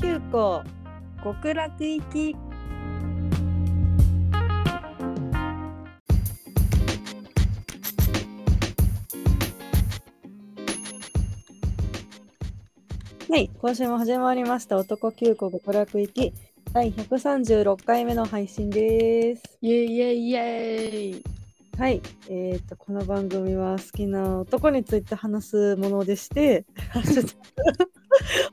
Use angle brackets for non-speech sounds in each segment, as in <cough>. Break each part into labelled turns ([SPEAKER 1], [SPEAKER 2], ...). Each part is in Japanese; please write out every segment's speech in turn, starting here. [SPEAKER 1] 急行
[SPEAKER 2] 極楽行き
[SPEAKER 1] はい今週も始まりました男急行極楽行き第136回目の配信です
[SPEAKER 2] イエイイエイイエイ
[SPEAKER 1] はいえー、とこの番組は好きな男について話すものでして「ハッシュ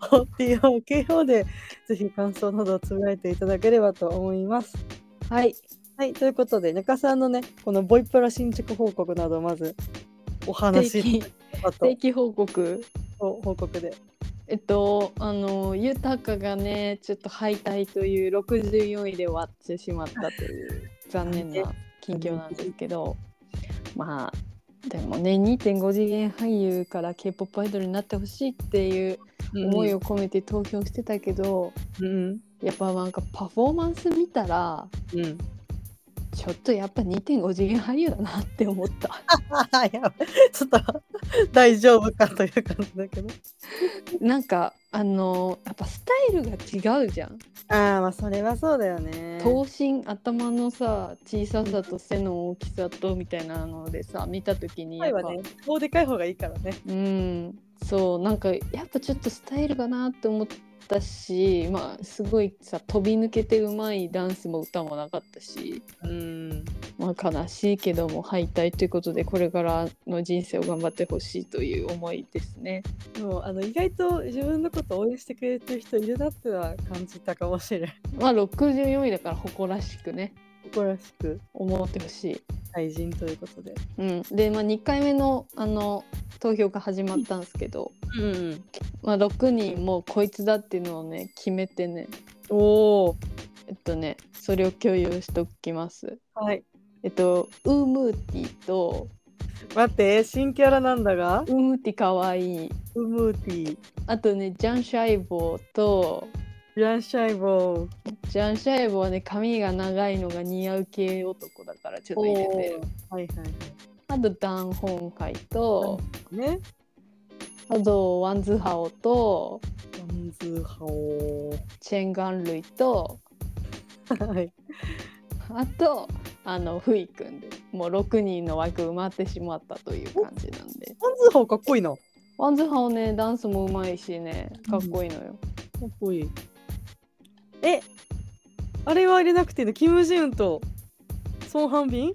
[SPEAKER 1] タグ #OTOKO」でぜひ感想などをつぶやいていただければと思います
[SPEAKER 2] はい
[SPEAKER 1] はいということで中さんのねこのボイプラ新築報告などまずお
[SPEAKER 2] 定
[SPEAKER 1] 話し
[SPEAKER 2] 期
[SPEAKER 1] あと
[SPEAKER 2] 定期報告
[SPEAKER 1] 報告で
[SPEAKER 2] えっとあのゆたかがねちょっと敗退という64位で終わってしまったという残念な近況なんですけどまあでもね2.5次元俳優から k p o p アイドルになってほしいっていう思いを込めて投票してたけど、
[SPEAKER 1] うん
[SPEAKER 2] やっぱなんかパフォーマンス見たら
[SPEAKER 1] うん <laughs>
[SPEAKER 2] ちょっとやっぱ2.5次元俳優だなって思った。
[SPEAKER 1] あやばいちょっと大丈夫かという感じだけど
[SPEAKER 2] なんかあのやっぱスタイルが違うじゃん。
[SPEAKER 1] ああまあそれはそうだよね
[SPEAKER 2] 頭身頭のさ小ささと背の大きさとみたいなのでさ見た時にやっぱ、
[SPEAKER 1] はね顔でかい方がいいからね
[SPEAKER 2] うんそうなんかやっぱちょっとスタイルがなって思ったしまあすごいさ飛び抜けてうまいダンスも歌もなかったし、
[SPEAKER 1] うん
[SPEAKER 2] まあ、悲しいけども敗退ということでこれからの人生を頑張ってほしいという思いですね。
[SPEAKER 1] もうあの意外と自分のことを応援してくれてる人いるなっては感じたかもしれん
[SPEAKER 2] まあ64位だから誇らしくね
[SPEAKER 1] 誇らしく
[SPEAKER 2] 思ってほしい。
[SPEAKER 1] 愛人ということで
[SPEAKER 2] うん、で、まあ、2回目のあの投票が始まったんですけど、
[SPEAKER 1] うん
[SPEAKER 2] まあ、6人もうこいつだっていうのをね決めてね
[SPEAKER 1] おお
[SPEAKER 2] えっとねそれを共有しておきます。
[SPEAKER 1] はい
[SPEAKER 2] えっとウームーティと
[SPEAKER 1] 待って新キャラなんだが
[SPEAKER 2] ウームーティかわいい
[SPEAKER 1] ウムーティ
[SPEAKER 2] あとねジャンシャイボーと
[SPEAKER 1] ジャンシャイボー
[SPEAKER 2] ジャンシャイボーはね髪が長いのが似合う系男だからちょっと入れてる
[SPEAKER 1] はいはいは
[SPEAKER 2] あとダン・ホンカイと
[SPEAKER 1] いね
[SPEAKER 2] あとワンズハオと
[SPEAKER 1] ワンズハオ
[SPEAKER 2] チェンガンルイと
[SPEAKER 1] はい
[SPEAKER 2] あとあのふいくんでもう6人の枠埋まってしまったという感じなんで
[SPEAKER 1] ワンズハオかっこいいなか
[SPEAKER 2] ワンズハオねダンスもうまいしねかっこいいのよ、
[SPEAKER 1] っこいいえあれは入れなくていいのキム・ジュンとソン・ハンビン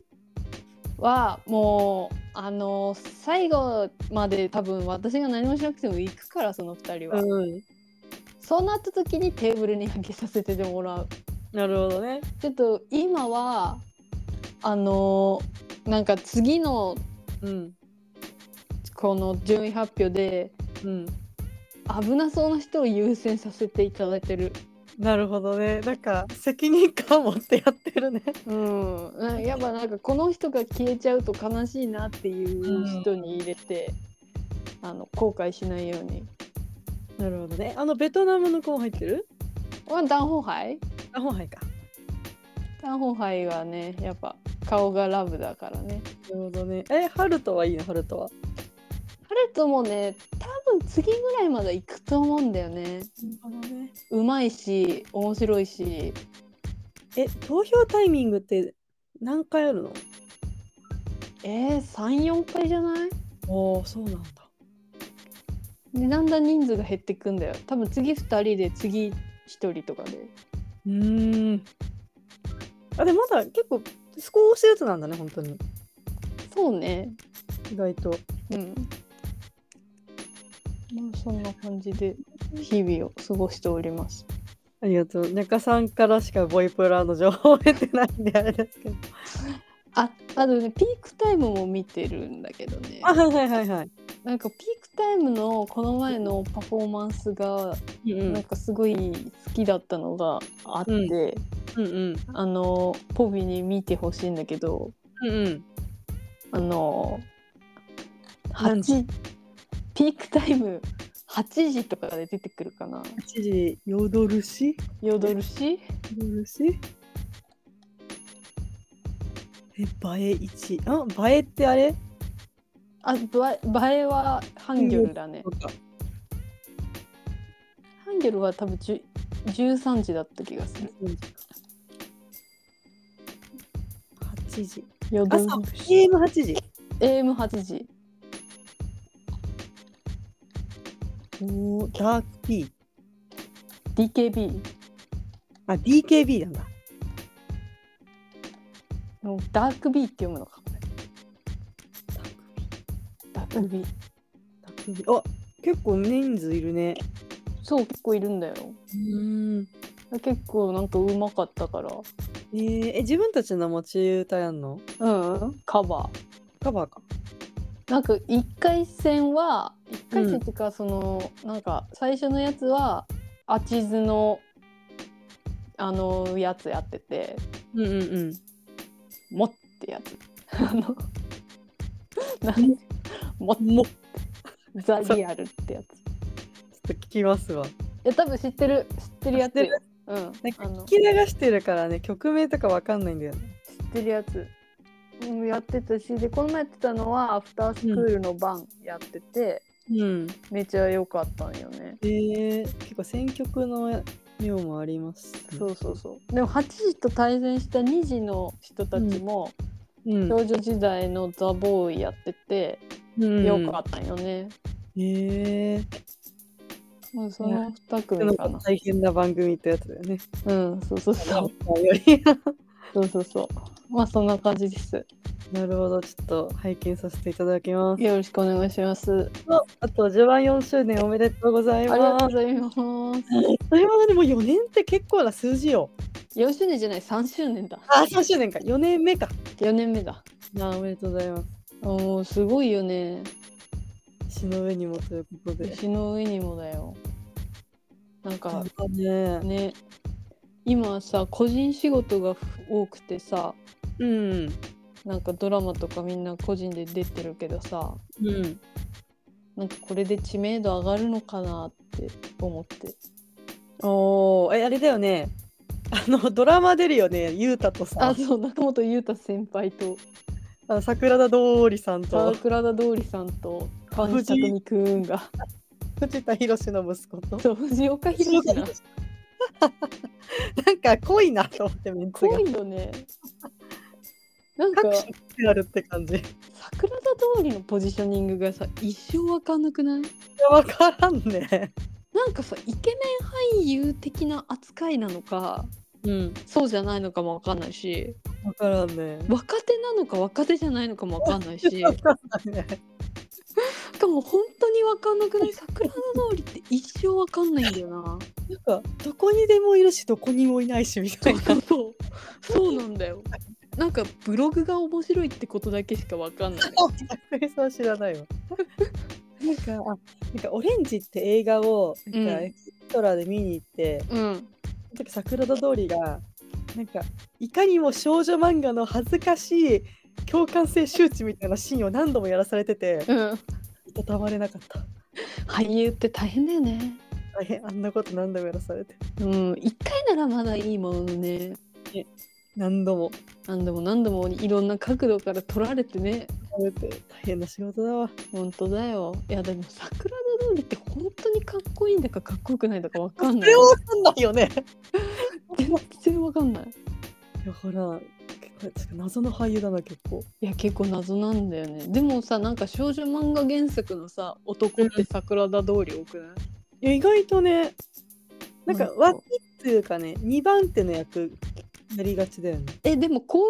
[SPEAKER 2] はもうあの最後まで多分私が何もしなくても行くからその2人は、
[SPEAKER 1] うん
[SPEAKER 2] そうなった時にテーブルに上げさせてもらう
[SPEAKER 1] なるほどね
[SPEAKER 2] ちょっと今はあのなんか次の
[SPEAKER 1] うん
[SPEAKER 2] この順位発表で
[SPEAKER 1] うん
[SPEAKER 2] 危なそうな人を優先させていただいてる
[SPEAKER 1] なるほどねなんか責任感を持ってやってるね
[SPEAKER 2] うん、なやっぱなんかこの人が消えちゃうと悲しいなっていう人に入れて、あの後悔しないように。
[SPEAKER 1] <laughs> なるほどねあのベトナムの子も入ってる
[SPEAKER 2] まあ、ダンホンハイ
[SPEAKER 1] あ本杯か
[SPEAKER 2] ダンホンハイはねやっぱ顔がラブだからね。
[SPEAKER 1] なるほどねえハルトはいいのハルトは
[SPEAKER 2] ハルトもね多分次ぐらいまで行くと思うんだよね。
[SPEAKER 1] なるほどね
[SPEAKER 2] うまいし面白いし
[SPEAKER 1] え投票タイミングって何回あるの
[SPEAKER 2] えー、34回じゃない
[SPEAKER 1] ああそうなんだ
[SPEAKER 2] でだんだん人数が減ってくんだよ。多分次2人で次1人とかで。
[SPEAKER 1] うーんあでもまだ結構少しずつなんだね本当に
[SPEAKER 2] そうね
[SPEAKER 1] 意外と
[SPEAKER 2] うん。まあそんな感じで日々を過ごしております。
[SPEAKER 1] ありがとう中さんからしかボイプラの情報得てないんであれですけど
[SPEAKER 2] あ、あとねピークタイムも見てるんだけどね。
[SPEAKER 1] はいはいはいはい
[SPEAKER 2] なんかピークタイムのこの前のパフォーマンスが
[SPEAKER 1] うん
[SPEAKER 2] なんかすごい好きだったのがあって、
[SPEAKER 1] うんうんうん
[SPEAKER 2] あのポビに見てほしいんだけど、
[SPEAKER 1] うんうん
[SPEAKER 2] あの
[SPEAKER 1] 何時
[SPEAKER 2] 八ピークタイム8時とかで出てくるかな。
[SPEAKER 1] 8時夜るし
[SPEAKER 2] 夜し
[SPEAKER 1] 夜るしえ映え1あ映えってあれ
[SPEAKER 2] あ、ば映えはハンギョルだね。
[SPEAKER 1] そうか
[SPEAKER 2] ハンギョルは多分じゅ13時だった気がする。
[SPEAKER 1] 8時。
[SPEAKER 2] 夜通
[SPEAKER 1] 朝
[SPEAKER 2] し
[SPEAKER 1] AM8 時。
[SPEAKER 2] AM8 時。
[SPEAKER 1] おーダーク P。
[SPEAKER 2] DKB。
[SPEAKER 1] あ、DKB なんだ。
[SPEAKER 2] のダーク B って読むのか。ダーク B。
[SPEAKER 1] ダーク B。あ結構人数いるね。
[SPEAKER 2] そう、結構いるんだよ。
[SPEAKER 1] うん。
[SPEAKER 2] 結構なんかうまかったから。
[SPEAKER 1] えーえ、自分たちの持ち歌やんの
[SPEAKER 2] うん。カバー。
[SPEAKER 1] カバーか。
[SPEAKER 2] なんか一回戦は一回戦っていうか、そのなんか最初のやつはアチズのあのやつやってて
[SPEAKER 1] うんうんうん。
[SPEAKER 2] 「も」ってやつ。 <laughs> あのなんも
[SPEAKER 1] もう、ちょ
[SPEAKER 2] ザリアルってやつ。
[SPEAKER 1] っ
[SPEAKER 2] い
[SPEAKER 1] と聞きますわ。
[SPEAKER 2] や多分知ってる知ってるやつ
[SPEAKER 1] 知って
[SPEAKER 2] よ。うん。あ
[SPEAKER 1] 聞
[SPEAKER 2] の
[SPEAKER 1] き流してるからね、曲名とかわかんないんだよね。
[SPEAKER 2] 知ってるやつうんやってたしでこの前やってたのはアフタースクールの番やってて、
[SPEAKER 1] うん。
[SPEAKER 2] めちゃ良かったんよね、
[SPEAKER 1] えー、結構選曲の妙もあります、
[SPEAKER 2] そうそうそうでも8時と対戦した2時の人たちも、
[SPEAKER 1] う。うん。
[SPEAKER 2] 少女時代のザ・ボーイやってて
[SPEAKER 1] うん
[SPEAKER 2] 良かったんよね、
[SPEAKER 1] えー、
[SPEAKER 2] まあその2組か
[SPEAKER 1] なんか
[SPEAKER 2] な
[SPEAKER 1] 大変な番組ってやつだよね。
[SPEAKER 2] うんそうそうそう
[SPEAKER 1] より
[SPEAKER 2] そうそうそうまあそんな感じです
[SPEAKER 1] <laughs> なるほど、ちょっと拝見させていただきます。
[SPEAKER 2] よろしくお願いします
[SPEAKER 1] あと、序盤4周年おめでとうござ
[SPEAKER 2] あ
[SPEAKER 1] い
[SPEAKER 2] りがと
[SPEAKER 1] ま
[SPEAKER 2] う
[SPEAKER 1] す。
[SPEAKER 2] ございます
[SPEAKER 1] それまでも4年って結構な数字よ。
[SPEAKER 2] 4周年じゃない3周年だ
[SPEAKER 1] あ、3周年か、4年目か。
[SPEAKER 2] 4年目だ
[SPEAKER 1] あおめでとうございま
[SPEAKER 2] おーすごいよね
[SPEAKER 1] す。死の上にもということで。
[SPEAKER 2] 石の上にもだよなんか
[SPEAKER 1] ね
[SPEAKER 2] ね今さ個人仕事がふ多くてさ
[SPEAKER 1] うん。
[SPEAKER 2] なんかドラマとかみんな個人で出てるけどさ
[SPEAKER 1] うん。
[SPEAKER 2] なんかこれで知名度上がるのかなって思って
[SPEAKER 1] おー、え、あれだよね。あの、ドラマ出るよね、ゆうたとさ
[SPEAKER 2] あ
[SPEAKER 1] ん、
[SPEAKER 2] そう中本裕太先輩と
[SPEAKER 1] あの桜田通りさんと、
[SPEAKER 2] 倉田通りさんと川西
[SPEAKER 1] 藤井
[SPEAKER 2] 匠くんが
[SPEAKER 1] 藤田博の息子と。
[SPEAKER 2] そう藤岡弘
[SPEAKER 1] な
[SPEAKER 2] な
[SPEAKER 1] んか濃いなと思って、メンツが
[SPEAKER 2] 怖。いよねなんか
[SPEAKER 1] 各所にあるって感じ。い
[SPEAKER 2] 桜田通りのポジショニングがさ一生わかんなくない
[SPEAKER 1] や、わからんね。
[SPEAKER 2] なんかさイケメン俳優的な扱いなのか
[SPEAKER 1] うん。
[SPEAKER 2] そうじゃないのかもわかんないし
[SPEAKER 1] わからんね。
[SPEAKER 2] 若手なのか若手じゃないのかもわかん <laughs> ないしし
[SPEAKER 1] わからんね。
[SPEAKER 2] かも本当にわかんなくない桜田通りって一生わかんないんだよな
[SPEAKER 1] なんか、どこにでもいるし、どこにもいないしみたい
[SPEAKER 2] そ
[SPEAKER 1] うな。
[SPEAKER 2] そう <laughs> そうそうなんだよなんかブログが面白いってことだけしかわかんない
[SPEAKER 1] クリスは知らない
[SPEAKER 2] <laughs>
[SPEAKER 1] わ。なんか、あなんかオレンジって映画を、なんか
[SPEAKER 2] うん
[SPEAKER 1] エキストラで見に行って、
[SPEAKER 2] うん
[SPEAKER 1] なんか桜田通りが、なんか、いかにも少女漫画の恥ずかしい共感性周知みたいなシーンを何度もやらされてて、
[SPEAKER 2] うん
[SPEAKER 1] いたたまれなかった。
[SPEAKER 2] 俳優って大変だよね
[SPEAKER 1] 大変、あんなこと何度もやらされて。
[SPEAKER 2] うん一回ならまだいいもののね
[SPEAKER 1] 何度も。
[SPEAKER 2] 何度も何度もいろんな角度から撮られてね
[SPEAKER 1] 大変な仕事だわ。
[SPEAKER 2] 本当だよいやでも桜田通りって本当にかっこいいんだかかっこよくないんだかわかんない
[SPEAKER 1] わかんないよね。
[SPEAKER 2] 全然わかんない
[SPEAKER 1] だから、結構謎の俳優だな、結構。
[SPEAKER 2] いや結構謎なんだよねでもさなんか少女漫画原作のさ男って桜田通り多くない
[SPEAKER 1] いや、意外とね、なんか
[SPEAKER 2] なんか
[SPEAKER 1] 脇っていうかね、2番手の役なりがちだよね。
[SPEAKER 2] えでもコー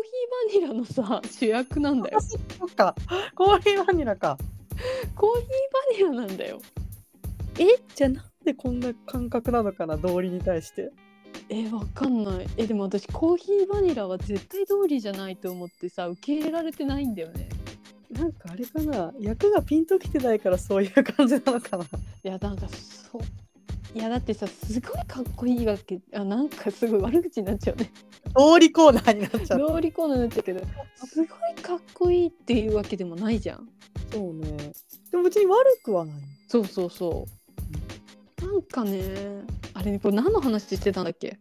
[SPEAKER 2] ヒーバニラのさ <laughs> 主役なんだよ
[SPEAKER 1] そっか。コーヒーバニラか。
[SPEAKER 2] コーヒーバニラなんだよ
[SPEAKER 1] えじゃあなんでこんな感覚なのかな、道理に対して。
[SPEAKER 2] えわかんないえでも私コーヒーバニラは絶対通りじゃないと思ってさ受け入れられてないんだよね
[SPEAKER 1] なんかあれかな、役がピンときてないからそういう感じなのかな。 <laughs>
[SPEAKER 2] いやなんかそういやだってさすごいかっこいいわけあなんかすごい悪口になっちゃうね
[SPEAKER 1] 道理コーナーになっちゃう。
[SPEAKER 2] ローリコーナーになっちゃうけどすごいかっこいいっていうわけでもないじゃん
[SPEAKER 1] そうね。でも別に悪くはない。
[SPEAKER 2] そうそうそうなんかねあれねこれ何の話してたんだっけ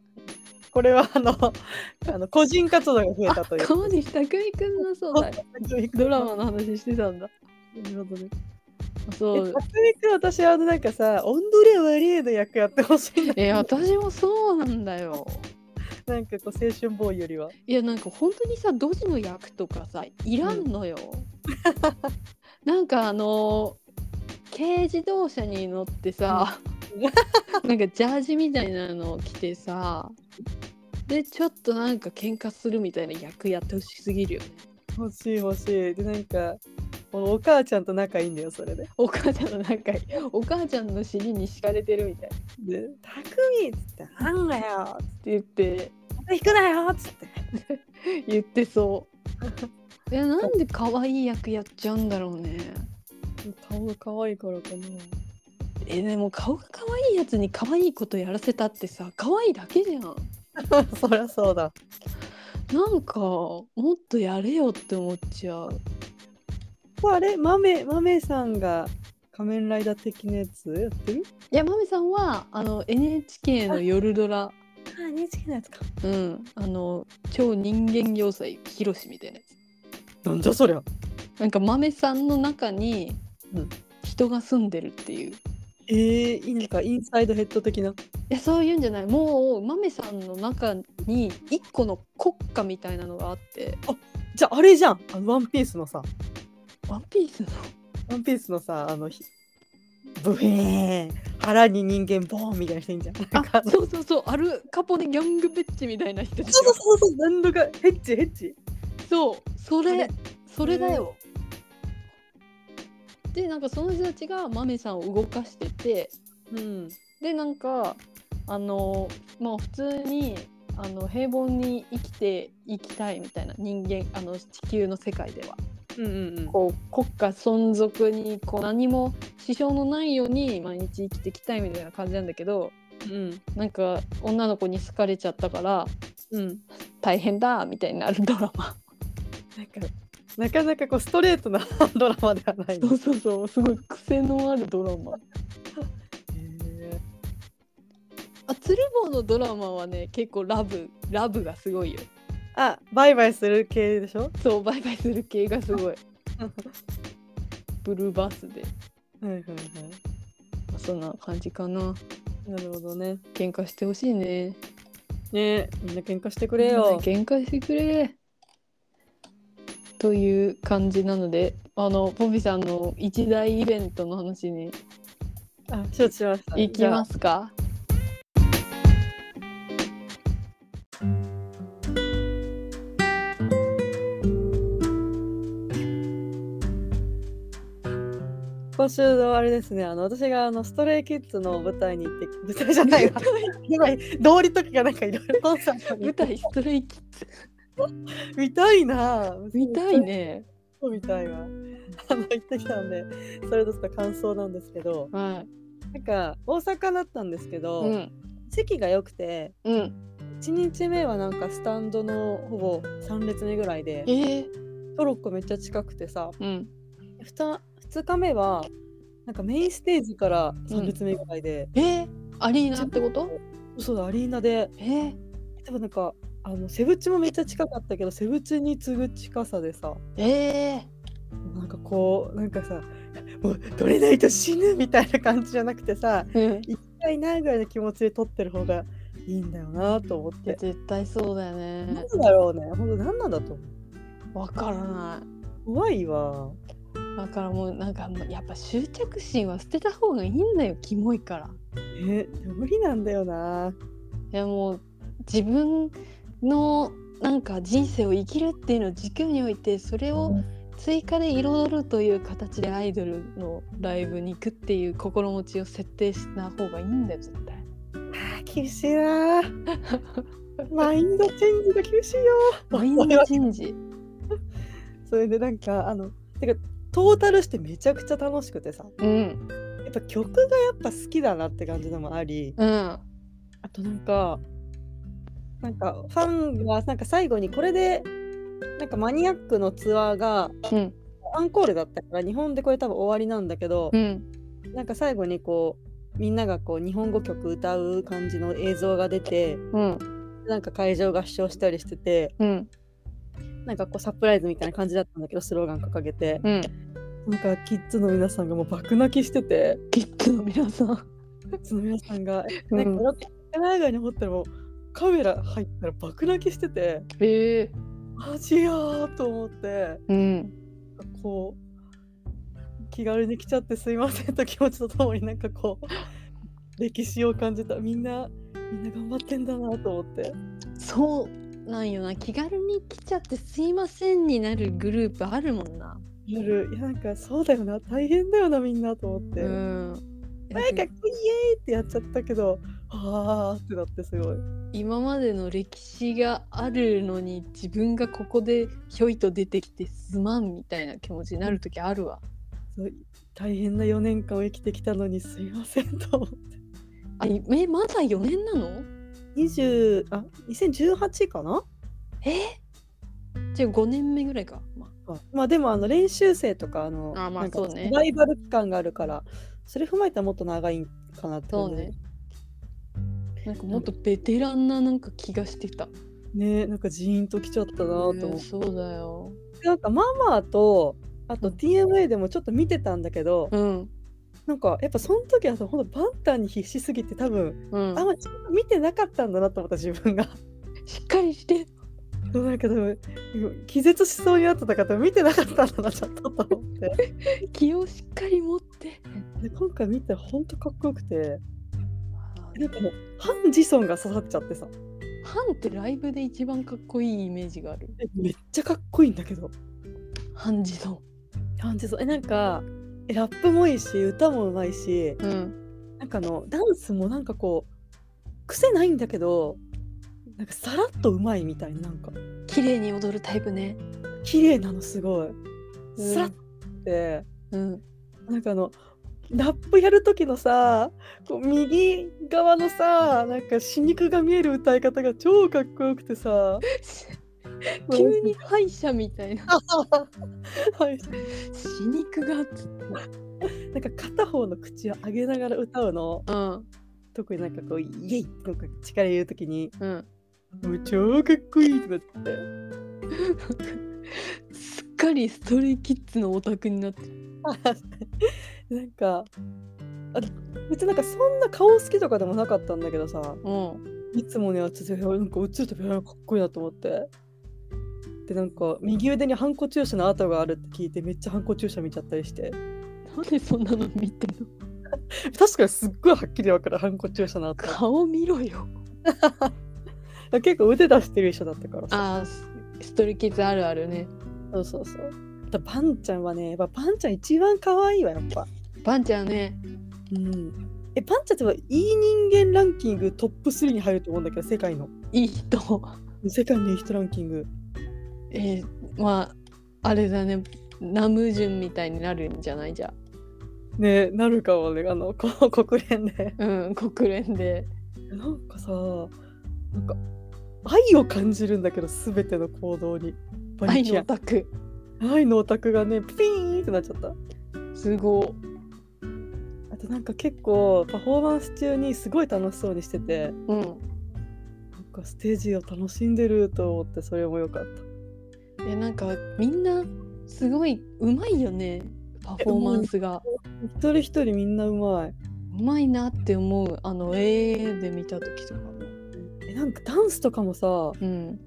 [SPEAKER 1] これはあの、 <laughs> あの個人活動が増え
[SPEAKER 2] あ
[SPEAKER 1] たという。 <laughs>
[SPEAKER 2] 川西匠くんのそうだドラマの話してたんだ
[SPEAKER 1] なるほどね。え
[SPEAKER 2] そう
[SPEAKER 1] 辰巳君私はあのなんかさ「オンドレワリエ」の役やってほしいんだ
[SPEAKER 2] え私もそうなんだよ
[SPEAKER 1] なんかこう青春ボーイよりはい
[SPEAKER 2] やなんか本当にさドジの役とかさいらんのよ、なんかあの軽自動車に乗ってさ、なんかジャージみたいなのを着てさでちょっとなんか喧嘩するみたいな役やってほしすぎるよね
[SPEAKER 1] 欲しい欲しいでなんかこのお母ちゃんと仲いいんだよそれで
[SPEAKER 2] お母ちゃんのなんかお母ちゃんの尻に敷かれてるみたいなっ
[SPEAKER 1] で「たくみ」っつって「なんだよ」
[SPEAKER 2] て言って
[SPEAKER 1] また引くなよっつって
[SPEAKER 2] 言って <laughs> そういやなんで可愛い役やっちゃうんだろうね
[SPEAKER 1] 顔が可愛いからかな
[SPEAKER 2] えでも顔が可愛いやつに可愛いことやらせたってさ可愛いだけじゃん
[SPEAKER 1] <laughs> そりゃそうだ。
[SPEAKER 2] なんかもっとやれよって思っちゃう
[SPEAKER 1] これあれ豆豆さんが仮面ライダー的なやつやってる
[SPEAKER 2] いやまみさんはあの NHK の夜ドラ
[SPEAKER 1] あ、NHK のやつか。
[SPEAKER 2] うんあの超人間要塞ひろしみたいなや
[SPEAKER 1] なんじゃそりゃ。
[SPEAKER 2] つなんかまめさんの中に
[SPEAKER 1] うん
[SPEAKER 2] 人が住んでるっていう、い
[SPEAKER 1] えー、いいなんかインサイドヘッド的な。
[SPEAKER 2] やそういうんじゃないもうまめさんの中に一個の国家みたいなのがあって
[SPEAKER 1] じゃああれじゃんあのワンピースのさ、
[SPEAKER 2] ワンピースの
[SPEAKER 1] ワンピースのさ、あのひ、ブヘーン腹に人間ボーンみたいな人いんじゃん。なんか
[SPEAKER 2] あそうそうそうアルカポネギャングベッチみたいな人たちが
[SPEAKER 1] そうそうそうそう、なんとかヘッチヘッチ。
[SPEAKER 2] そうそれ
[SPEAKER 1] ね
[SPEAKER 2] それだよ。でなんかその人たちがマメさんを動かしてて
[SPEAKER 1] うん。
[SPEAKER 2] でなんかあのもう普通にあの平凡に生きていきたいみたいな人間あの地球の世界では
[SPEAKER 1] うんうんうん。
[SPEAKER 2] こう国家存続にこう何も支障のないように毎日生きていきたいみたいな感じなんだけど
[SPEAKER 1] うん。
[SPEAKER 2] なんか女の子に好かれちゃったから
[SPEAKER 1] うん。
[SPEAKER 2] 大変だみたいになるドラマ。
[SPEAKER 1] なんか、なかなかこうストレートなドラマではないね
[SPEAKER 2] <laughs> そうそうそうすごい癖のあるドラマ。
[SPEAKER 1] へ
[SPEAKER 2] <laughs> あ鶴房のドラマはね結構ラブラブがすごいよ
[SPEAKER 1] ーあ、バイバイする系でしょ
[SPEAKER 2] そうバイバイする系がすご <laughs> いブルーバースで
[SPEAKER 1] はいはいはい。
[SPEAKER 2] まあそんな感じかな
[SPEAKER 1] なるほどね。
[SPEAKER 2] 喧嘩してほしいね
[SPEAKER 1] ねみんな喧嘩してく
[SPEAKER 2] こ
[SPEAKER 1] れよ。
[SPEAKER 2] 喧嘩してくれという感じなのであのポビさんの一大イベントの話に
[SPEAKER 1] あ、承知しました。
[SPEAKER 2] 行き
[SPEAKER 1] じゃあ
[SPEAKER 2] ますか
[SPEAKER 1] 今週のあれですね、あの私があのストレイキッズの舞台に行 <laughs> って、舞台じゃないわ。やばい、道理とかがなんかいろいろコンサートに
[SPEAKER 2] 舞台ストレイキッズ
[SPEAKER 1] 見たいな。
[SPEAKER 2] 見たい。ね
[SPEAKER 1] 見たいわ。あの行ってきたんで、それとした感想なんですけど、
[SPEAKER 2] は
[SPEAKER 1] なんか大阪だったんですけ
[SPEAKER 2] い
[SPEAKER 1] ど、
[SPEAKER 2] うん
[SPEAKER 1] 席が良くて、
[SPEAKER 2] うん
[SPEAKER 1] 1日目はなんかスタンドのほぼ3列目ぐらいで
[SPEAKER 2] え、ー、
[SPEAKER 1] トロッコめっちゃ近くてさ、
[SPEAKER 2] うん
[SPEAKER 1] 2, 二日目はなんかメインステージから3列目ぐらいで、
[SPEAKER 2] えー、アリーナってこと
[SPEAKER 1] そうだアリーナで
[SPEAKER 2] えー、
[SPEAKER 1] 多分なんかあのセブチもめっちゃ近かったけどセブチに次ぐ近さでさ
[SPEAKER 2] えー、
[SPEAKER 1] なんかこうなんかさもう取れないと死ぬみたいな感じじゃなくてさ
[SPEAKER 2] うん、い
[SPEAKER 1] 一回なぐらいの気持ちで取ってる方がいいんだよなと思っ
[SPEAKER 2] や
[SPEAKER 1] て。
[SPEAKER 2] 絶対そうだよね
[SPEAKER 1] なんだろうね、本当何なんだと思う。
[SPEAKER 2] わからない
[SPEAKER 1] 怖いわ。
[SPEAKER 2] だからもうなんかもうやっぱ執着心は捨てた方がいいんだよキモいから
[SPEAKER 1] え、でも無理なんだよな。
[SPEAKER 2] いやもう自分のなんか人生を生きるっていうのを軸においてそれを追加で彩るという形でアイドルのライブに行くっていう心持ちを設定した方がいいんだよ絶対
[SPEAKER 1] あー厳しいな。マインドチェンジが厳しいよ。
[SPEAKER 2] マインドチェンジ
[SPEAKER 1] それでなんかあのてかトータルしてめちゃくちゃ楽しくてさ
[SPEAKER 2] うん
[SPEAKER 1] やっぱ曲がやっぱ好きだなって感じのもあり
[SPEAKER 2] うん
[SPEAKER 1] あとなんかなんかファンがなんか最後にこれでなんかマニアックのツアーが
[SPEAKER 2] うん
[SPEAKER 1] アンコールだったから日本でこれ多分終わりなんだけど
[SPEAKER 2] う、ん
[SPEAKER 1] なんか最後にこうみんながこう日本語曲歌う感じの映像が出て
[SPEAKER 2] うん
[SPEAKER 1] なんか会場合唱したりしてて
[SPEAKER 2] うん
[SPEAKER 1] なんかこうサプライズみたいな感じだったんだけどスローガン掲げて
[SPEAKER 2] うん
[SPEAKER 1] なんかキッズの皆さんがもう爆泣きしてて
[SPEAKER 2] キッズの皆さん。
[SPEAKER 1] キッズの皆さんが「
[SPEAKER 2] うん
[SPEAKER 1] なんか海外に掘ったらもうカメラ入ったら爆泣きしてて
[SPEAKER 2] ええ
[SPEAKER 1] マジやーと思って
[SPEAKER 2] うん。
[SPEAKER 1] こう気軽に来ちゃってすいませんと気持ちとともになんかこう歴史を感じたみんなみんな頑張ってんだなと思って
[SPEAKER 2] そうなんよな。気軽に来ちゃってすいませんになるグループあるもんな。
[SPEAKER 1] 夜いやなんかそうだよな大変だよなみんなと思って、
[SPEAKER 2] うん。
[SPEAKER 1] なんかイエーイってやっちゃったけどあーってなってすごい。
[SPEAKER 2] 今までの歴史があるのに自分がここでひょいと出てきてすまんみたいな気持ちになる時あるわ。
[SPEAKER 1] そう大変な4年間を生きてきたのにすいませんと思って
[SPEAKER 2] あいえまだ4年なの
[SPEAKER 1] 20あ2018かな
[SPEAKER 2] えじゃあ5年目ぐらいか。ま
[SPEAKER 1] まあでもあの練習生とかあの
[SPEAKER 2] あまあ
[SPEAKER 1] なんか
[SPEAKER 2] そうね
[SPEAKER 1] サバイバル期間があるからそれ踏まえたらもっと長いんかなって
[SPEAKER 2] そうねあ、なんかもっとベテランななんか気がしてきた。
[SPEAKER 1] ねなんかジーンときちゃったなと思って、
[SPEAKER 2] うんそうだよ。
[SPEAKER 1] なんかママとあと TMA でもちょっと見てたんだけど、
[SPEAKER 2] うん。
[SPEAKER 1] なんかやっぱその時はさほんと万端に必死すぎて多分、
[SPEAKER 2] うん
[SPEAKER 1] あんま自分見てなかったんだなと思った自分が
[SPEAKER 2] しっかりして。
[SPEAKER 1] そうなんか多分気絶しそうになってたから見てなかったんだなちょっとと思って
[SPEAKER 2] 気をしっかり持って。
[SPEAKER 1] で今回見たらほんとかっこよくてなんかもうハン・ジソンが刺さっちゃってさ
[SPEAKER 2] ハンってライブで一番かっこいいイメージがある。
[SPEAKER 1] えめっちゃかっこいいんだけど
[SPEAKER 2] ハンジソ
[SPEAKER 1] ハン・ジソンえなんかえラップもいいし歌もうまいし
[SPEAKER 2] ン。うん。
[SPEAKER 1] なんかあのダンスもなんかこう癖ないんだけどなんかさらっとうまいみたいななんか
[SPEAKER 2] 綺麗に踊るタイプね。
[SPEAKER 1] 綺麗なのすごい
[SPEAKER 2] うん
[SPEAKER 1] さらって、
[SPEAKER 2] うん。
[SPEAKER 1] なんかあのラップやる時のさこう右側のさなんか死肉が見える歌い方が超かっこよくてさ
[SPEAKER 2] <laughs> 急に歯医者みたいな。
[SPEAKER 1] はい
[SPEAKER 2] 死肉がっつって。
[SPEAKER 1] なんか片方の口を上げながら歌うの
[SPEAKER 2] うん。
[SPEAKER 1] 特になんかこうイエイってなんか力入れる時に
[SPEAKER 2] うん。
[SPEAKER 1] もう超かっこいいってなって
[SPEAKER 2] すっかりストレイキッズのオタクになってる。
[SPEAKER 1] なんかあ別になんかそんな顔好きとかでもなかったんだけどさ
[SPEAKER 2] うん。
[SPEAKER 1] いつもね私なんか映るとかっこいいなと思ってでなんか右腕にハンコ注射の跡があるって聞いてめっちゃハンコ注射見ちゃったりして
[SPEAKER 2] なんでそんなの見てんの
[SPEAKER 1] 確かにすっごいはっきり分かるハンコ注射の <laughs> 跡
[SPEAKER 2] 顔見ろよ。
[SPEAKER 1] 結構腕出してる人だったからさ
[SPEAKER 2] ああ、スストレイキッズあるあるね。
[SPEAKER 1] そうそうそうあとパンちゃんはねやっぱパンちゃん一番可愛いわやっぱ
[SPEAKER 2] バンちゃんね。
[SPEAKER 1] うんえパンちゃんってばいい人間ランキングトップ3に入ると思うんだけど世界の
[SPEAKER 2] いい人。
[SPEAKER 1] 世界のいい人ランキング
[SPEAKER 2] <laughs> えー、まああれだねナムジュンみたいになるんじゃないじゃ
[SPEAKER 1] ねなるかもねあのこの国連で
[SPEAKER 2] あうん国連で
[SPEAKER 1] なんかさなんか愛を感じるんだけど全ての行動にバ
[SPEAKER 2] 愛
[SPEAKER 1] リキ
[SPEAKER 2] の
[SPEAKER 1] ア
[SPEAKER 2] オタク
[SPEAKER 1] 愛のオタクがねピーンってなっちゃった
[SPEAKER 2] すご
[SPEAKER 1] あとなんか結構パフォーマンス中にすごい楽しそうにしてて
[SPEAKER 2] うん
[SPEAKER 1] なんかステージを楽しんでると思ってそれも良かった
[SPEAKER 2] えなんかみんなすごいうまいよねパフォーマンスが
[SPEAKER 1] 一人一人みんなうまいう
[SPEAKER 2] まいなって思うあのえー、で見た時とかも
[SPEAKER 1] えなんかダンスとかもさ
[SPEAKER 2] うん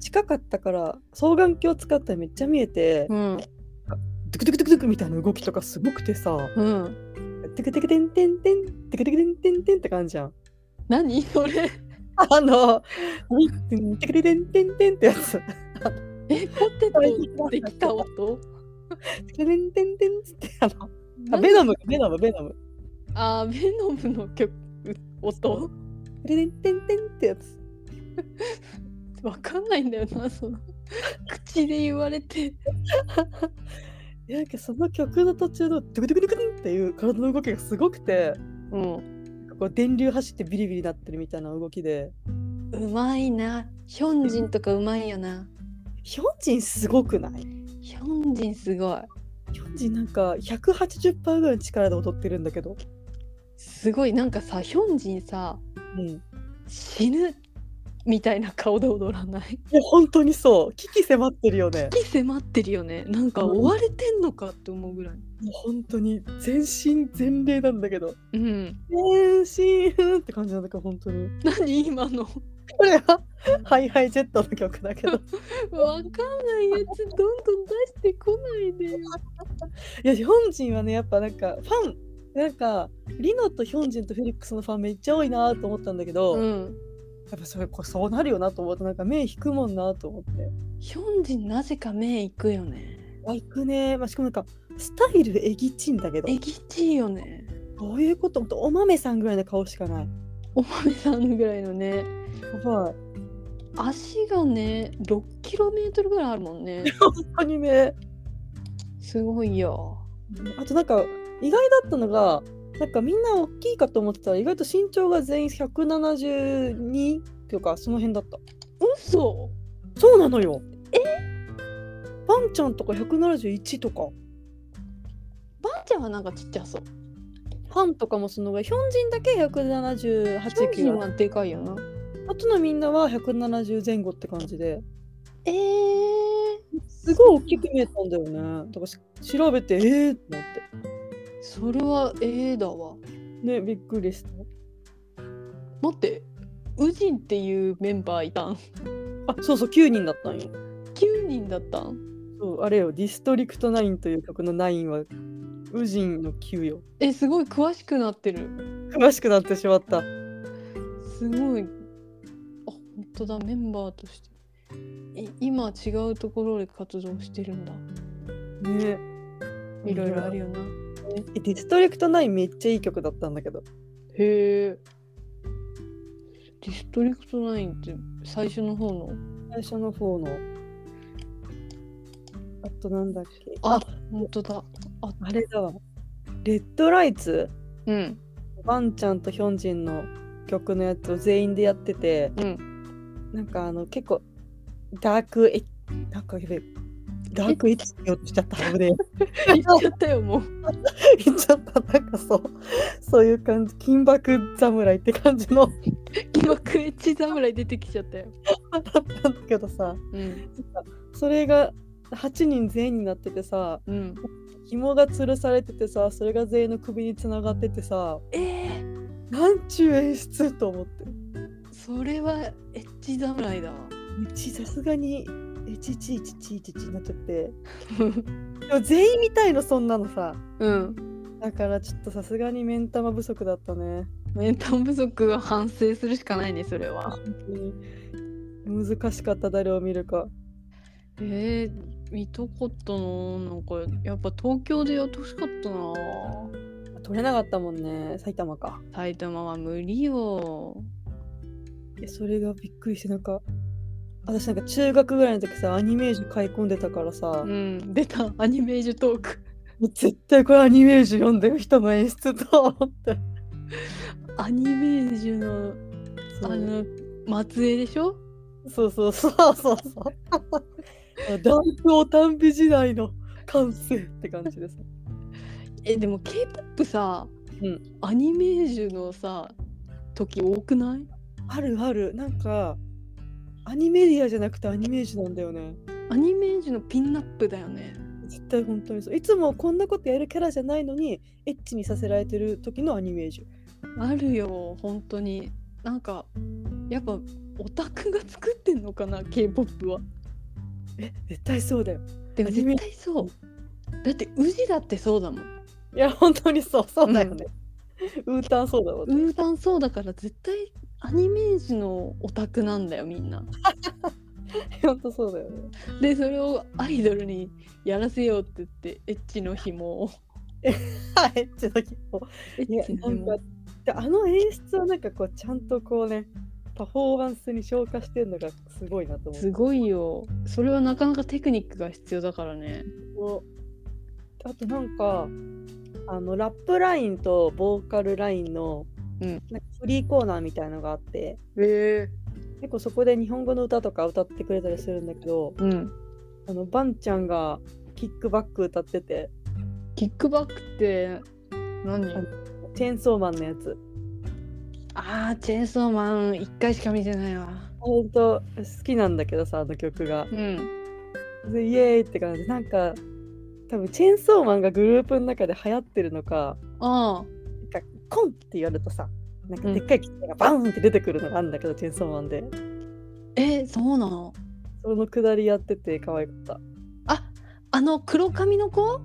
[SPEAKER 1] 近かったから双眼鏡使ったらめっちゃ見えて、
[SPEAKER 2] うん
[SPEAKER 1] ドゥクドゥクドゥクドゥクみたいな動きとかすごくてさ
[SPEAKER 2] うん
[SPEAKER 1] テクテクテンテンテンテクテクテンテンテンって感じじゃん。
[SPEAKER 2] 何 <laughs> それ
[SPEAKER 1] あの、テクテクテンテンテンってやつ。
[SPEAKER 2] えポテトできた音
[SPEAKER 1] テクテクテンテンテンってあの、あ
[SPEAKER 2] 何
[SPEAKER 1] ベノム、ベノム、ベノム。
[SPEAKER 2] あベノムの曲音
[SPEAKER 1] テクテクテンテンってやつ。
[SPEAKER 2] わかんないんだよなその <laughs> 口で言われて
[SPEAKER 1] なんかその曲の途中のドゥクドゥクドゥクドゥンっていう体の動きがすごくて、
[SPEAKER 2] うん
[SPEAKER 1] こう電流走ってビリビリなってるみたいな動きで、
[SPEAKER 2] うまいな。ヒョンジンとかうまいよな。
[SPEAKER 1] ヒョンジンすごくない
[SPEAKER 2] ヒョンジンすごい。
[SPEAKER 1] ヒョンジンなんか180%ぐらいの力で踊ってるんだけど。
[SPEAKER 2] すごいなんかさ、ヒョンジンさ、
[SPEAKER 1] うん。
[SPEAKER 2] 死ぬみたいな顔で踊らない
[SPEAKER 1] いや本当にそう危機迫ってるよね
[SPEAKER 2] 危機迫ってるよねなんか追われてんのかって思うぐらい
[SPEAKER 1] もう本当に全身全霊なんだけど
[SPEAKER 2] うん
[SPEAKER 1] 全身って感じなんだけど本当に
[SPEAKER 2] 何今の <laughs>
[SPEAKER 1] これはハイハイジェットの曲だ <laughs> けど
[SPEAKER 2] わかんないやつどんどん出してこないで
[SPEAKER 1] い
[SPEAKER 2] よ
[SPEAKER 1] やヒョンジンはねやっぱなんかファンなんかリノとヒョンジンとフェリックスのファンめっちゃ多いなと思ったんだけど、や
[SPEAKER 2] うん
[SPEAKER 1] っぱそれこうそうなるよなと思ってなんか目引くもんなと思って
[SPEAKER 2] ヒョンジンなぜか目いくよね
[SPEAKER 1] あ行くね、まあ、しかもなんかスタイルえぎちんだけど
[SPEAKER 2] えぎちいよね
[SPEAKER 1] どういうことお豆さんぐらいの顔しかない
[SPEAKER 2] お豆さんぐらいのね
[SPEAKER 1] やばい
[SPEAKER 2] 足がね 6km ぐらいあるもん <laughs> ね
[SPEAKER 1] 本当にね
[SPEAKER 2] すごいよ
[SPEAKER 1] あとなんか意外だったのがなんかみんな大きいかと思ってたら意外と身長が全員172っていうかその辺だった
[SPEAKER 2] 嘘
[SPEAKER 1] そうなのよえパンちゃんとか171とか
[SPEAKER 2] ばあちゃんはなんかちっちゃそう
[SPEAKER 1] パンとかもそのぐらいヒョンジンだけ
[SPEAKER 2] ヒョン
[SPEAKER 1] 178
[SPEAKER 2] ジン
[SPEAKER 1] キ
[SPEAKER 2] は
[SPEAKER 1] ロ
[SPEAKER 2] でかいよな
[SPEAKER 1] あとのみんなは170前後って感じで
[SPEAKER 2] えー、
[SPEAKER 1] すごい大きく見えたんだよねだからし調べてえーって思って
[SPEAKER 2] それはええだわ
[SPEAKER 1] ねびっくりした
[SPEAKER 2] 待ってウジンっていうメンバーいたん
[SPEAKER 1] あそうそう9人だったんよ
[SPEAKER 2] 9人だったん
[SPEAKER 1] そうあれよディストリクト9という曲の9はウジンの9よ
[SPEAKER 2] <laughs> えすごい詳しくなってる
[SPEAKER 1] 詳しくなってしまった
[SPEAKER 2] すごいあ本当だメンバーとしてい今違うところで活動してるんだ
[SPEAKER 1] ね
[SPEAKER 2] いろいろあるよな
[SPEAKER 1] えディストリクト9めっちゃいい曲だったんだけど
[SPEAKER 2] へえディストリクト9って最初の方の
[SPEAKER 1] 最初の方のあとなんだっけ
[SPEAKER 2] あ本当だあ
[SPEAKER 1] あれだわレッドライツ
[SPEAKER 2] うん
[SPEAKER 1] ワンちゃんとヒョンジンの曲のやつを全員でやってて
[SPEAKER 2] うん
[SPEAKER 1] なんかあの結構ダークエなんかやべえダークエッチって言おうとしちゃった危ねえ
[SPEAKER 2] 言っちゃったよもう
[SPEAKER 1] 言っちゃったなんかそうそういう感じ金箔侍って感じの
[SPEAKER 2] 今クエッチ侍出てきちゃったよ
[SPEAKER 1] だったんだけどさ
[SPEAKER 2] うん
[SPEAKER 1] それが8人全員になっててさ
[SPEAKER 2] うん
[SPEAKER 1] 紐が吊るされててさそれが全員の首につながっててさ
[SPEAKER 2] えー、
[SPEAKER 1] なんちゅう演出と思って
[SPEAKER 2] それはエッチ侍だわ
[SPEAKER 1] うちさすがにえちちいちちいちちになっちゃ <laughs> ってでも全員みたいのそんなのさ
[SPEAKER 2] うん
[SPEAKER 1] だからちょっとさすがに目ん玉不足だったね
[SPEAKER 2] メンタン不足は反省するしかないねそれは
[SPEAKER 1] 本当に難しかった誰を見るか
[SPEAKER 2] えー、見とこったななんかやっぱ東京でやってほしかったな
[SPEAKER 1] 取れなかったもんね埼玉か
[SPEAKER 2] 埼玉は無理よ
[SPEAKER 1] いやそれがびっくりしてなんか私なんか中学ぐらいの時さアニメージュ買い込んでたからさ、
[SPEAKER 2] うん出たアニメージュトーク
[SPEAKER 1] もう絶対これアニメージュ読んでる人の演出と思って
[SPEAKER 2] アニメージュのあの末裔でしょ
[SPEAKER 1] そうそうそうそうそうそうダンクオタンビ時代の感性って感じです
[SPEAKER 2] えでも K-POP さ、
[SPEAKER 1] うん
[SPEAKER 2] アニメージュのさ時多くない
[SPEAKER 1] あるあるなんかアニメディアじゃなくてアニメージュなんだよね
[SPEAKER 2] アニメージュのピンナップだよね
[SPEAKER 1] 絶対本当にそういつもこんなことやるキャラじゃないのにエッチにさせられてる時のアニメージュ
[SPEAKER 2] あるよ本当になんかやっぱオタクが作ってんのかな K-POP は
[SPEAKER 1] え絶対そうだよ
[SPEAKER 2] でも
[SPEAKER 1] アニメ
[SPEAKER 2] 絶対そうだって宇治だってそうだもん
[SPEAKER 1] いや本当にそうそうだよね、ウータンそうだわ
[SPEAKER 2] ウータンそうだから絶対アニメージュのオタクなんだよみんな
[SPEAKER 1] 本当そうだよね
[SPEAKER 2] でそれをアイドルにやらせようって言ってエッチの紐を
[SPEAKER 1] はいちょっと
[SPEAKER 2] エ
[SPEAKER 1] い
[SPEAKER 2] ッ
[SPEAKER 1] や
[SPEAKER 2] チの
[SPEAKER 1] なん
[SPEAKER 2] 紐
[SPEAKER 1] かであの演出をなんかこうちゃんとこうねパフォーマンスに消化してるのがすごいなと思
[SPEAKER 2] す
[SPEAKER 1] う
[SPEAKER 2] ごいよそれはなかなかテクニックが必要だからね
[SPEAKER 1] こうあとなんかあのラップラインとボーカルラインの、
[SPEAKER 2] うん
[SPEAKER 1] なんかフリーコーナーみたいのがあって
[SPEAKER 2] へえ
[SPEAKER 1] 結構そこで日本語の歌とか歌ってくれたりするんだけど
[SPEAKER 2] うん
[SPEAKER 1] あのバンちゃんがキックバック歌ってて
[SPEAKER 2] キックバックって何
[SPEAKER 1] あチェーンソーマンのやつ
[SPEAKER 2] あーチェーンソーマン1回しか見てないわ
[SPEAKER 1] あ本当好きなんだけどさあの曲が
[SPEAKER 2] うん。
[SPEAKER 1] でイエーイって感じなんか多分チェーンソーマンがグループの中で流行ってるのか
[SPEAKER 2] あ
[SPEAKER 1] なんかコンってやるとさなんか
[SPEAKER 2] うん
[SPEAKER 1] でっかい機械がバーンって出てくるのがあるんだけど、チェーンソーマンで
[SPEAKER 2] あ。え、そうなの。
[SPEAKER 1] そのくだりやってて可愛かった
[SPEAKER 2] あ、あの黒髪の子。
[SPEAKER 1] あ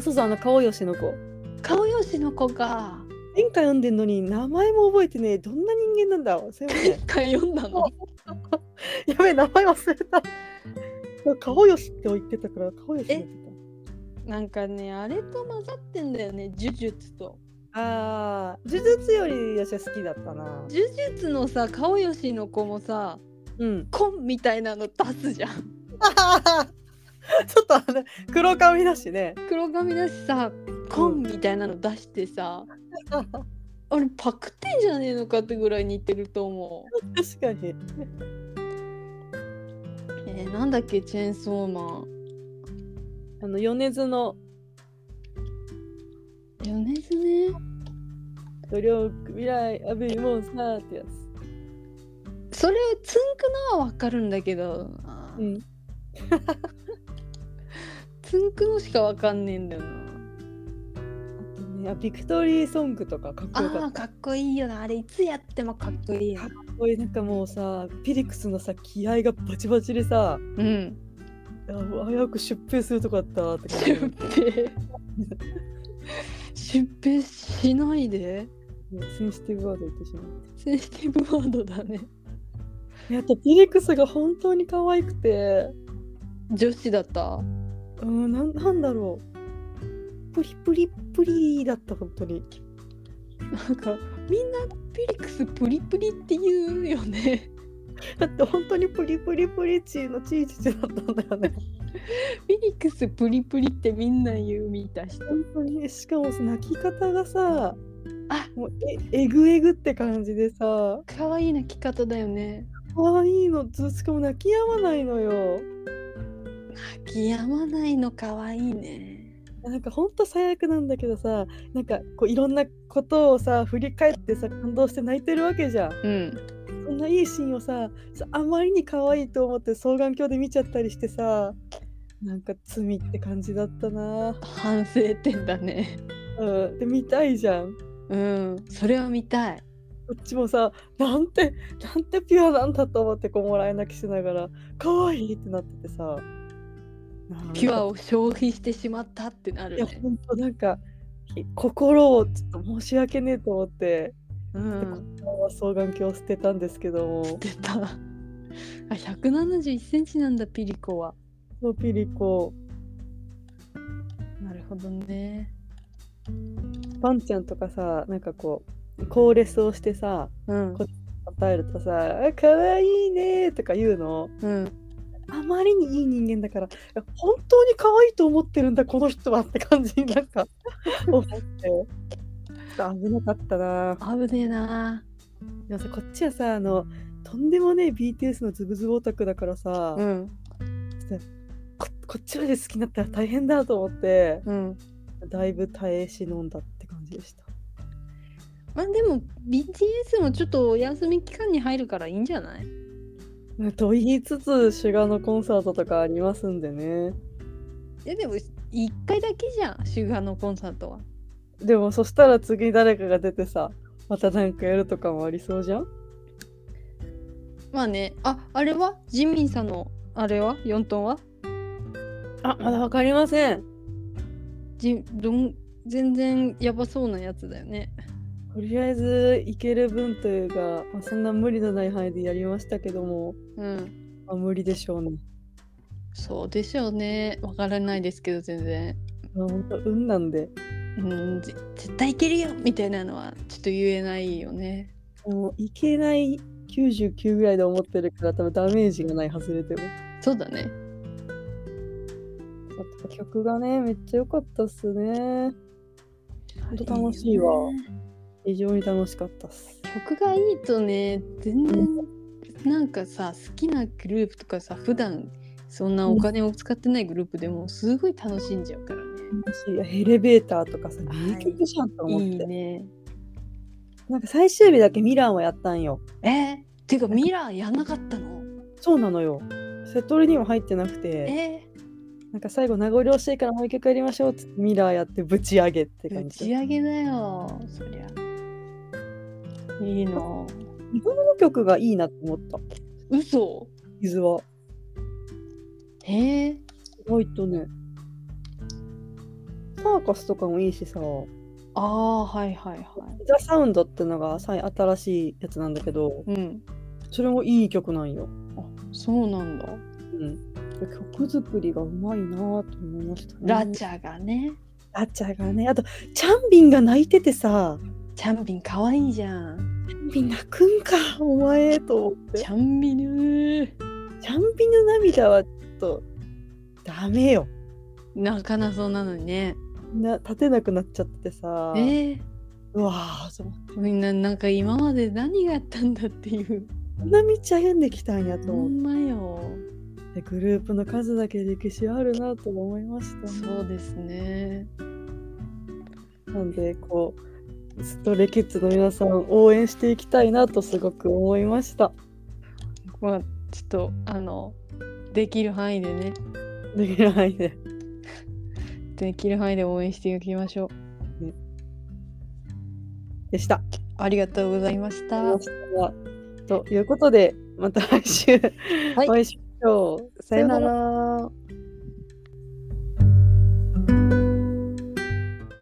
[SPEAKER 1] そうそうあの顔よしの子
[SPEAKER 2] 顔よしの子か。
[SPEAKER 1] 前回読んでんのに名前も覚えてねえどんな人間なんだすいま <laughs> せん
[SPEAKER 2] 一回読んだの。
[SPEAKER 1] やべえ名前忘れた顔よしって言ってたから顔よしって言って
[SPEAKER 2] なんかね、あれと混ざってんだよね、呪術と。
[SPEAKER 1] たああ呪術よりよしは好きだったな
[SPEAKER 2] 呪術のさ、顔よしの子もさ、
[SPEAKER 1] うん
[SPEAKER 2] コンみたいなの出すじゃん。
[SPEAKER 1] ちょっとあれ黒髪だしね。
[SPEAKER 2] 黒髪だしさ、コンみたいなの出してさ。
[SPEAKER 1] 確
[SPEAKER 2] あれパクってんじゃねえのかってぐらい似てると思う。
[SPEAKER 1] かに。
[SPEAKER 2] <laughs> えー、なんだっけチェーンソーマン。
[SPEAKER 1] あの米津の
[SPEAKER 2] 米津ね。
[SPEAKER 1] 努力未来アビモンスターってやつ。
[SPEAKER 2] それつんくのはわかるんだけど、あー
[SPEAKER 1] ん。
[SPEAKER 2] つんくのしかわかんねえんだよな。
[SPEAKER 1] ね、あビクトリーソングとかかっこよか
[SPEAKER 2] あ
[SPEAKER 1] っ
[SPEAKER 2] あかっこいいよなあれいつやってもかっこいいよな。
[SPEAKER 1] た。こういうなんかもうさピリクスのさ気合がバチバチでさ
[SPEAKER 2] うん。
[SPEAKER 1] あもう早く出兵するとこだったって感じ
[SPEAKER 2] 出兵出兵しないで
[SPEAKER 1] <laughs> センシティブワード言ってしまう。
[SPEAKER 2] センシティブワードだね。
[SPEAKER 1] やっぱピリクスが本当に可愛くて
[SPEAKER 2] 女子だった
[SPEAKER 1] うんなんなんだろうプリプリプリだった本当に。
[SPEAKER 2] なんかみんなピリクスプリプリって言うよね。
[SPEAKER 1] だって本当にプリプリプリチーのチーチチだったんだよね。
[SPEAKER 2] ピリクスプリプリってみんな言う見た人。
[SPEAKER 1] 本当にしかもさ泣き方がさ
[SPEAKER 2] あ
[SPEAKER 1] もうええぐえぐって感じでさ
[SPEAKER 2] 可愛い泣き方だよね。
[SPEAKER 1] 可愛いのずしかも泣き止まないのよ。
[SPEAKER 2] 泣き止まないの可愛いね。
[SPEAKER 1] なんか本当最悪なんだけどさなんかこういろんなことをさ振り返ってさ感動して泣いてるわけじゃん
[SPEAKER 2] うん。
[SPEAKER 1] そんないいシーンをささあまりに可愛いと思って双眼鏡で見ちゃったりしてさなんか罪って感じだったな、
[SPEAKER 2] 反省点だね。
[SPEAKER 1] うん、で見たいじゃん
[SPEAKER 2] うん。それは見たい。
[SPEAKER 1] こっちもさなんてなんてピュアなんだと思ってこうもらい泣きしながら可愛いってなっててさなんか
[SPEAKER 2] ピュアを消費してしまったってないる
[SPEAKER 1] や
[SPEAKER 2] ね。
[SPEAKER 1] 本当なんかひ心をちょっと申し訳ねえと思って
[SPEAKER 2] うん。
[SPEAKER 1] 双眼鏡を捨てたんですけども
[SPEAKER 2] 出た。あ、171センチなんだピリコは。
[SPEAKER 1] そうピリコ
[SPEAKER 2] なるほどね。
[SPEAKER 1] パンちゃんとかさなんかこうコーレスをしてさ
[SPEAKER 2] うん
[SPEAKER 1] こ与えるとさ「あ可愛いね」とか言うの
[SPEAKER 2] うん。
[SPEAKER 1] あまりにいい人間だからいや本当に可愛いと思ってるんだこの人はって感じになん <laughs> か思ってちょっと危なかったな
[SPEAKER 2] 危ねえな。
[SPEAKER 1] でもさこっちはさあのとんでもねえ BTS のズブズブオタクだからさ、
[SPEAKER 2] ん。
[SPEAKER 1] ここっちまで好きになったら大変だと思って
[SPEAKER 2] うん。
[SPEAKER 1] だいぶ耐え忍んだって感じでした
[SPEAKER 2] まあでも BTS もちょっとお休み期間に入るからいいんじゃない
[SPEAKER 1] うんと言いつつシュガーのコンサートとかありますんでね
[SPEAKER 2] えでも一回だけじゃんシュガーのコンサートは。
[SPEAKER 1] でもそしたら次に誰かが出てさまたなんかやるとかもありそうじゃん
[SPEAKER 2] まあねああれはジミンさんのあれは4トンは
[SPEAKER 1] あまだわかりません
[SPEAKER 2] ジどん全然やばそうなやつだよね。
[SPEAKER 1] とりあえず行ける分というか、まあ、そんな無理のない範囲でやりましたけども、
[SPEAKER 2] うん
[SPEAKER 1] まあ、無理でしょうね。
[SPEAKER 2] そうでしょうねわからないですけど全然。
[SPEAKER 1] まあ、本当運なんで。
[SPEAKER 2] うんぜ絶対いけるよみたいなのはちょっと言えないよね。
[SPEAKER 1] もう行けない99ぐらいで思ってるから多分ダメージがない外れても。
[SPEAKER 2] そうだね。
[SPEAKER 1] 曲がねめっちゃ良かったっすね。ほんと楽しい
[SPEAKER 2] よ
[SPEAKER 1] わ
[SPEAKER 2] ね。
[SPEAKER 1] 非常に楽しかったっす。
[SPEAKER 2] 曲がいいとね全然なんかさ好きなグループとかさ普段そんなお金を使ってないグループでもすごい楽しんじゃうからね。
[SPEAKER 1] 楽しいエレベーターとかさ
[SPEAKER 2] はい
[SPEAKER 1] いい曲じゃんと思って、
[SPEAKER 2] いいね。
[SPEAKER 1] なんか最終日だけミランをやったんよ。
[SPEAKER 2] えていうかミラーやんなかったの
[SPEAKER 1] そうなのよ。セトリにも入ってなくて、
[SPEAKER 2] え
[SPEAKER 1] なんか最後名残惜しいからもう一曲やりましょうっつってミラーやってぶち上げって
[SPEAKER 2] ー、打
[SPEAKER 1] 感
[SPEAKER 2] ち
[SPEAKER 1] じ。
[SPEAKER 2] 上げだよそりゃいいな
[SPEAKER 1] 日本の曲がいいなと思った。
[SPEAKER 2] 嘘
[SPEAKER 1] 水は。
[SPEAKER 2] へえ
[SPEAKER 1] 意外とね。サーカスとかもいいしさ、
[SPEAKER 2] ああはいはいは
[SPEAKER 1] ザ・サウンドってのがさ新しいやつなんだけど、
[SPEAKER 2] いうん
[SPEAKER 1] それもいい曲なんよ。
[SPEAKER 2] あそうなんだ
[SPEAKER 1] うん、曲作りがうまいなぁと思いました、ね。
[SPEAKER 2] ラチャがね
[SPEAKER 1] ラチャがね、あと、チャンビンが泣いててさ、
[SPEAKER 2] チャンビン可愛いじゃん
[SPEAKER 1] チャンビン泣くんか、お前と思って
[SPEAKER 2] チ。ャンビヌー
[SPEAKER 1] チャンビンの涙はちょっと、ダメよ。
[SPEAKER 2] 泣かなそうなのにね
[SPEAKER 1] な立てなくなっちゃってさ、
[SPEAKER 2] えー、
[SPEAKER 1] うわぁ、そう
[SPEAKER 2] みんななんか今まで何があったんだっていう
[SPEAKER 1] こんな道歩んできたんやと
[SPEAKER 2] ほ
[SPEAKER 1] 思っ
[SPEAKER 2] んまよ
[SPEAKER 1] て、グループの数だけ歴史あるなと思いました、
[SPEAKER 2] そうですね
[SPEAKER 1] なんで、こう、ストレキッズの皆さん応援していきたいなとすごく思いました。
[SPEAKER 2] まあちょっとあのできる範囲でね
[SPEAKER 1] できる範囲で。
[SPEAKER 2] できる範囲で応援していきましょう
[SPEAKER 1] でした。
[SPEAKER 2] ありがとうございました
[SPEAKER 1] ましたということで、また来週
[SPEAKER 2] はい
[SPEAKER 1] お会いしましょう。
[SPEAKER 2] さ
[SPEAKER 1] さ
[SPEAKER 2] よ
[SPEAKER 1] よ
[SPEAKER 2] な
[SPEAKER 1] なら。
[SPEAKER 2] ら